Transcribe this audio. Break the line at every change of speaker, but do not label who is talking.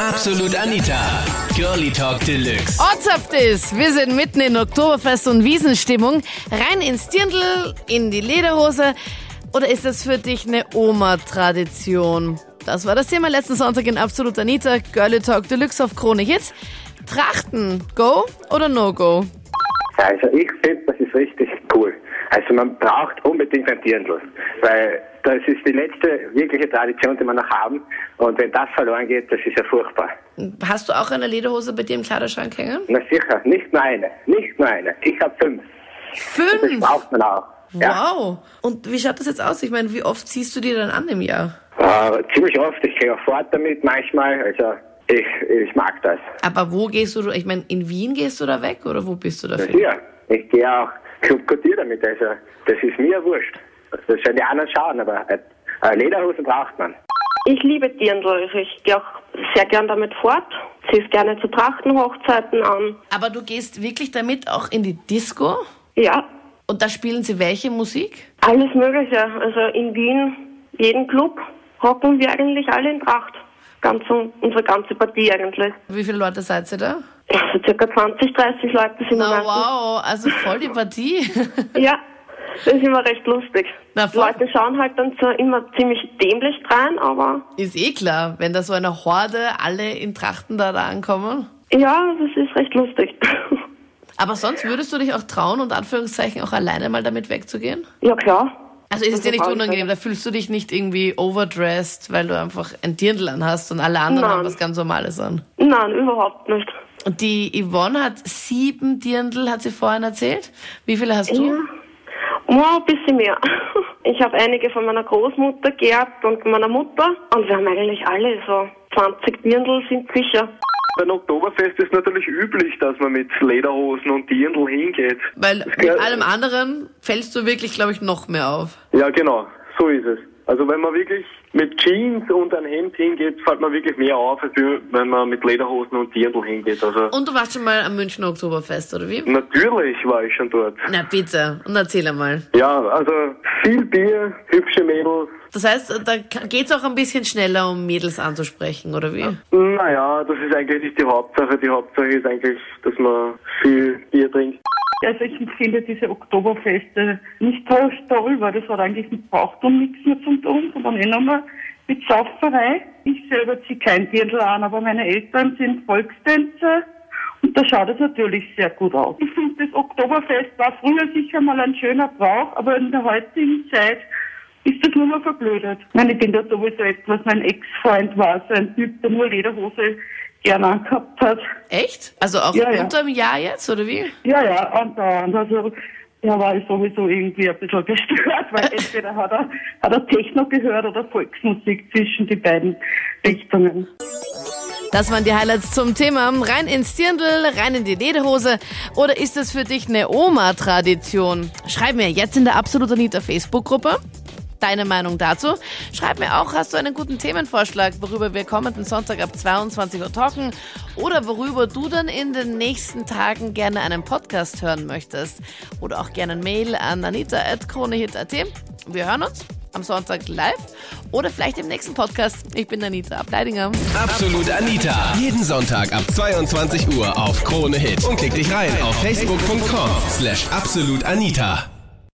Absolut Anita. Girlie Talk Deluxe.
Ortshaft ist, wir sind mitten in Oktoberfest- und Wiesenstimmung. Rein ins Dirndl, in die Lederhose. Oder ist das für dich eine Oma-Tradition? Das war das Thema letzten Sonntag in Absolut Anita, Girlie Talk Deluxe auf Krone Hits. Trachten, go oder no go?
Also ich finde, das ist richtig cool. Also man braucht unbedingt ein Dirndl, weil das ist die letzte wirkliche Tradition, die wir noch haben. Und wenn das verloren geht, das ist ja furchtbar.
Hast du auch eine Lederhose bei dir im Kleiderschrank hängen?
Na sicher, nicht nur eine, nicht nur eine. Ich habe fünf. Das
Fünf!
braucht man auch. Ja.
Wow! Und wie schaut das jetzt aus? Ich meine, wie oft ziehst du die dann an im Jahr?
Äh, ziemlich oft, ich gehe auch fort damit manchmal. Also ich, ich mag das.
Aber wo gehst du? Ich meine, in Wien gehst du da weg oder wo bist du dafür?
Hier, ich gehe auch Club Couture damit. Also das ist mir wurscht. Das sollen die anderen schauen, aber äh, äh, Lederhosen braucht man.
Ich liebe Dirndl, also ich gehe auch sehr gern damit fort. Ziehe es gerne zu Trachtenhochzeiten an.
Aber du gehst wirklich damit auch in die Disco?
Ja,
Und da spielen sie welche Musik?
alles Mögliche. Also in Wien, jeden Club, hocken wir eigentlich alle in Tracht. Ganz, unsere ganze Partie eigentlich.
Wie viele Leute seid ihr da?
Also circa 20, 30 Leute sind wir
Na
meistens.
wow, also voll die Partie.
Ja, das ist immer recht lustig.
Na,
Die
voll.
Leute schauen halt dann zwar immer ziemlich dämlich rein, aber
Ist eh klar, wenn da so eine Horde alle in Trachten da, da ankommen.
ja, das ist recht lustig.
Aber sonst würdest du dich auch trauen, und Anführungszeichen auch alleine mal damit wegzugehen?
ja klar,
Also ist es
Also
dir nicht
Frauen-
unangenehm, da fühlst du dich nicht irgendwie overdressed, weil du einfach ein Dirndl an hast und alle anderen
Nein.
haben was ganz Normales an.
nein, überhaupt nicht.
Und die Yvonne hat sieben Dirndl, hat sie vorhin erzählt. Wie viele hast du?
Ja. Ja, ein bisschen mehr. Ich habe einige von meiner Großmutter geerbt und meiner Mutter. Und wir haben eigentlich alle so 20 Dirndl sind sicher.
Beim Oktoberfest ist natürlich üblich, dass man mit Lederhosen und Dirndl hingeht.
Weil
Das
mit
gehört-
allem anderen fällst du wirklich, glaube ich, noch mehr auf.
Ja, genau. So ist es. Also wenn man wirklich mit Jeans und ein Hemd hingeht, fällt man wirklich mehr auf, als wenn man mit Lederhosen und Dirndl hingeht. Also
Und du warst schon mal am Münchner Oktoberfest, oder wie?
natürlich war ich schon dort.
Na bitte, und erzähl einmal.
Ja, also viel Bier, hübsche Mädels.
Das heißt, da kann- geht's auch ein bisschen schneller, um Mädels anzusprechen, oder wie?
Naja, das ist eigentlich nicht die Hauptsache. Die Hauptsache ist eigentlich, dass man viel Bier trinkt.
Also ich finde diese Oktoberfeste nicht so toll, weil das hat eigentlich mit Brauchtum nichts mehr zu tun, sondern eh nochmal mit Sauferei. Ich selber ziehe kein Dirndl an, aber meine Eltern sind Volkstänzer und da schaut es natürlich sehr gut aus. Ich finde, das Oktoberfest war früher sicher mal ein schöner Brauch, aber in der heutigen Zeit ist das nur mal verblödet. Ich meine, ich bin da sowieso etwas, mein Ex-Freund war so ein Typ, der nur Lederhose gerne angehabt hat.
Echt? Also auch
Ja, ja.
unterm Jahr jetzt, oder wie?
Ja, ja, andauernd. Also, er war sowieso irgendwie ein bisschen gestört, weil entweder hat er, hat er Techno gehört oder Volksmusik zwischen die beiden Richtungen.
Das waren die Highlights zum Thema. Rein ins Dirndl, rein in die Lederhose. Oder ist das für dich eine Oma-Tradition? Schreib mir jetzt in der Absolut Anita Facebook-Gruppe. Deine Meinung dazu? Schreib mir auch, hast du einen guten Themenvorschlag, worüber wir kommenden Sonntag ab 22 Uhr talken oder worüber du dann in den nächsten Tagen gerne einen Podcast hören möchtest oder auch gerne ein Mail an anita.kronehit.at. Wir hören uns am Sonntag live oder vielleicht im nächsten Podcast. Ich bin Anita Ableidinger.
Absolut Anita. Jeden Sonntag ab 22 Uhr auf Krone Hit. Und klick dich rein auf facebook.com slash absolutanita.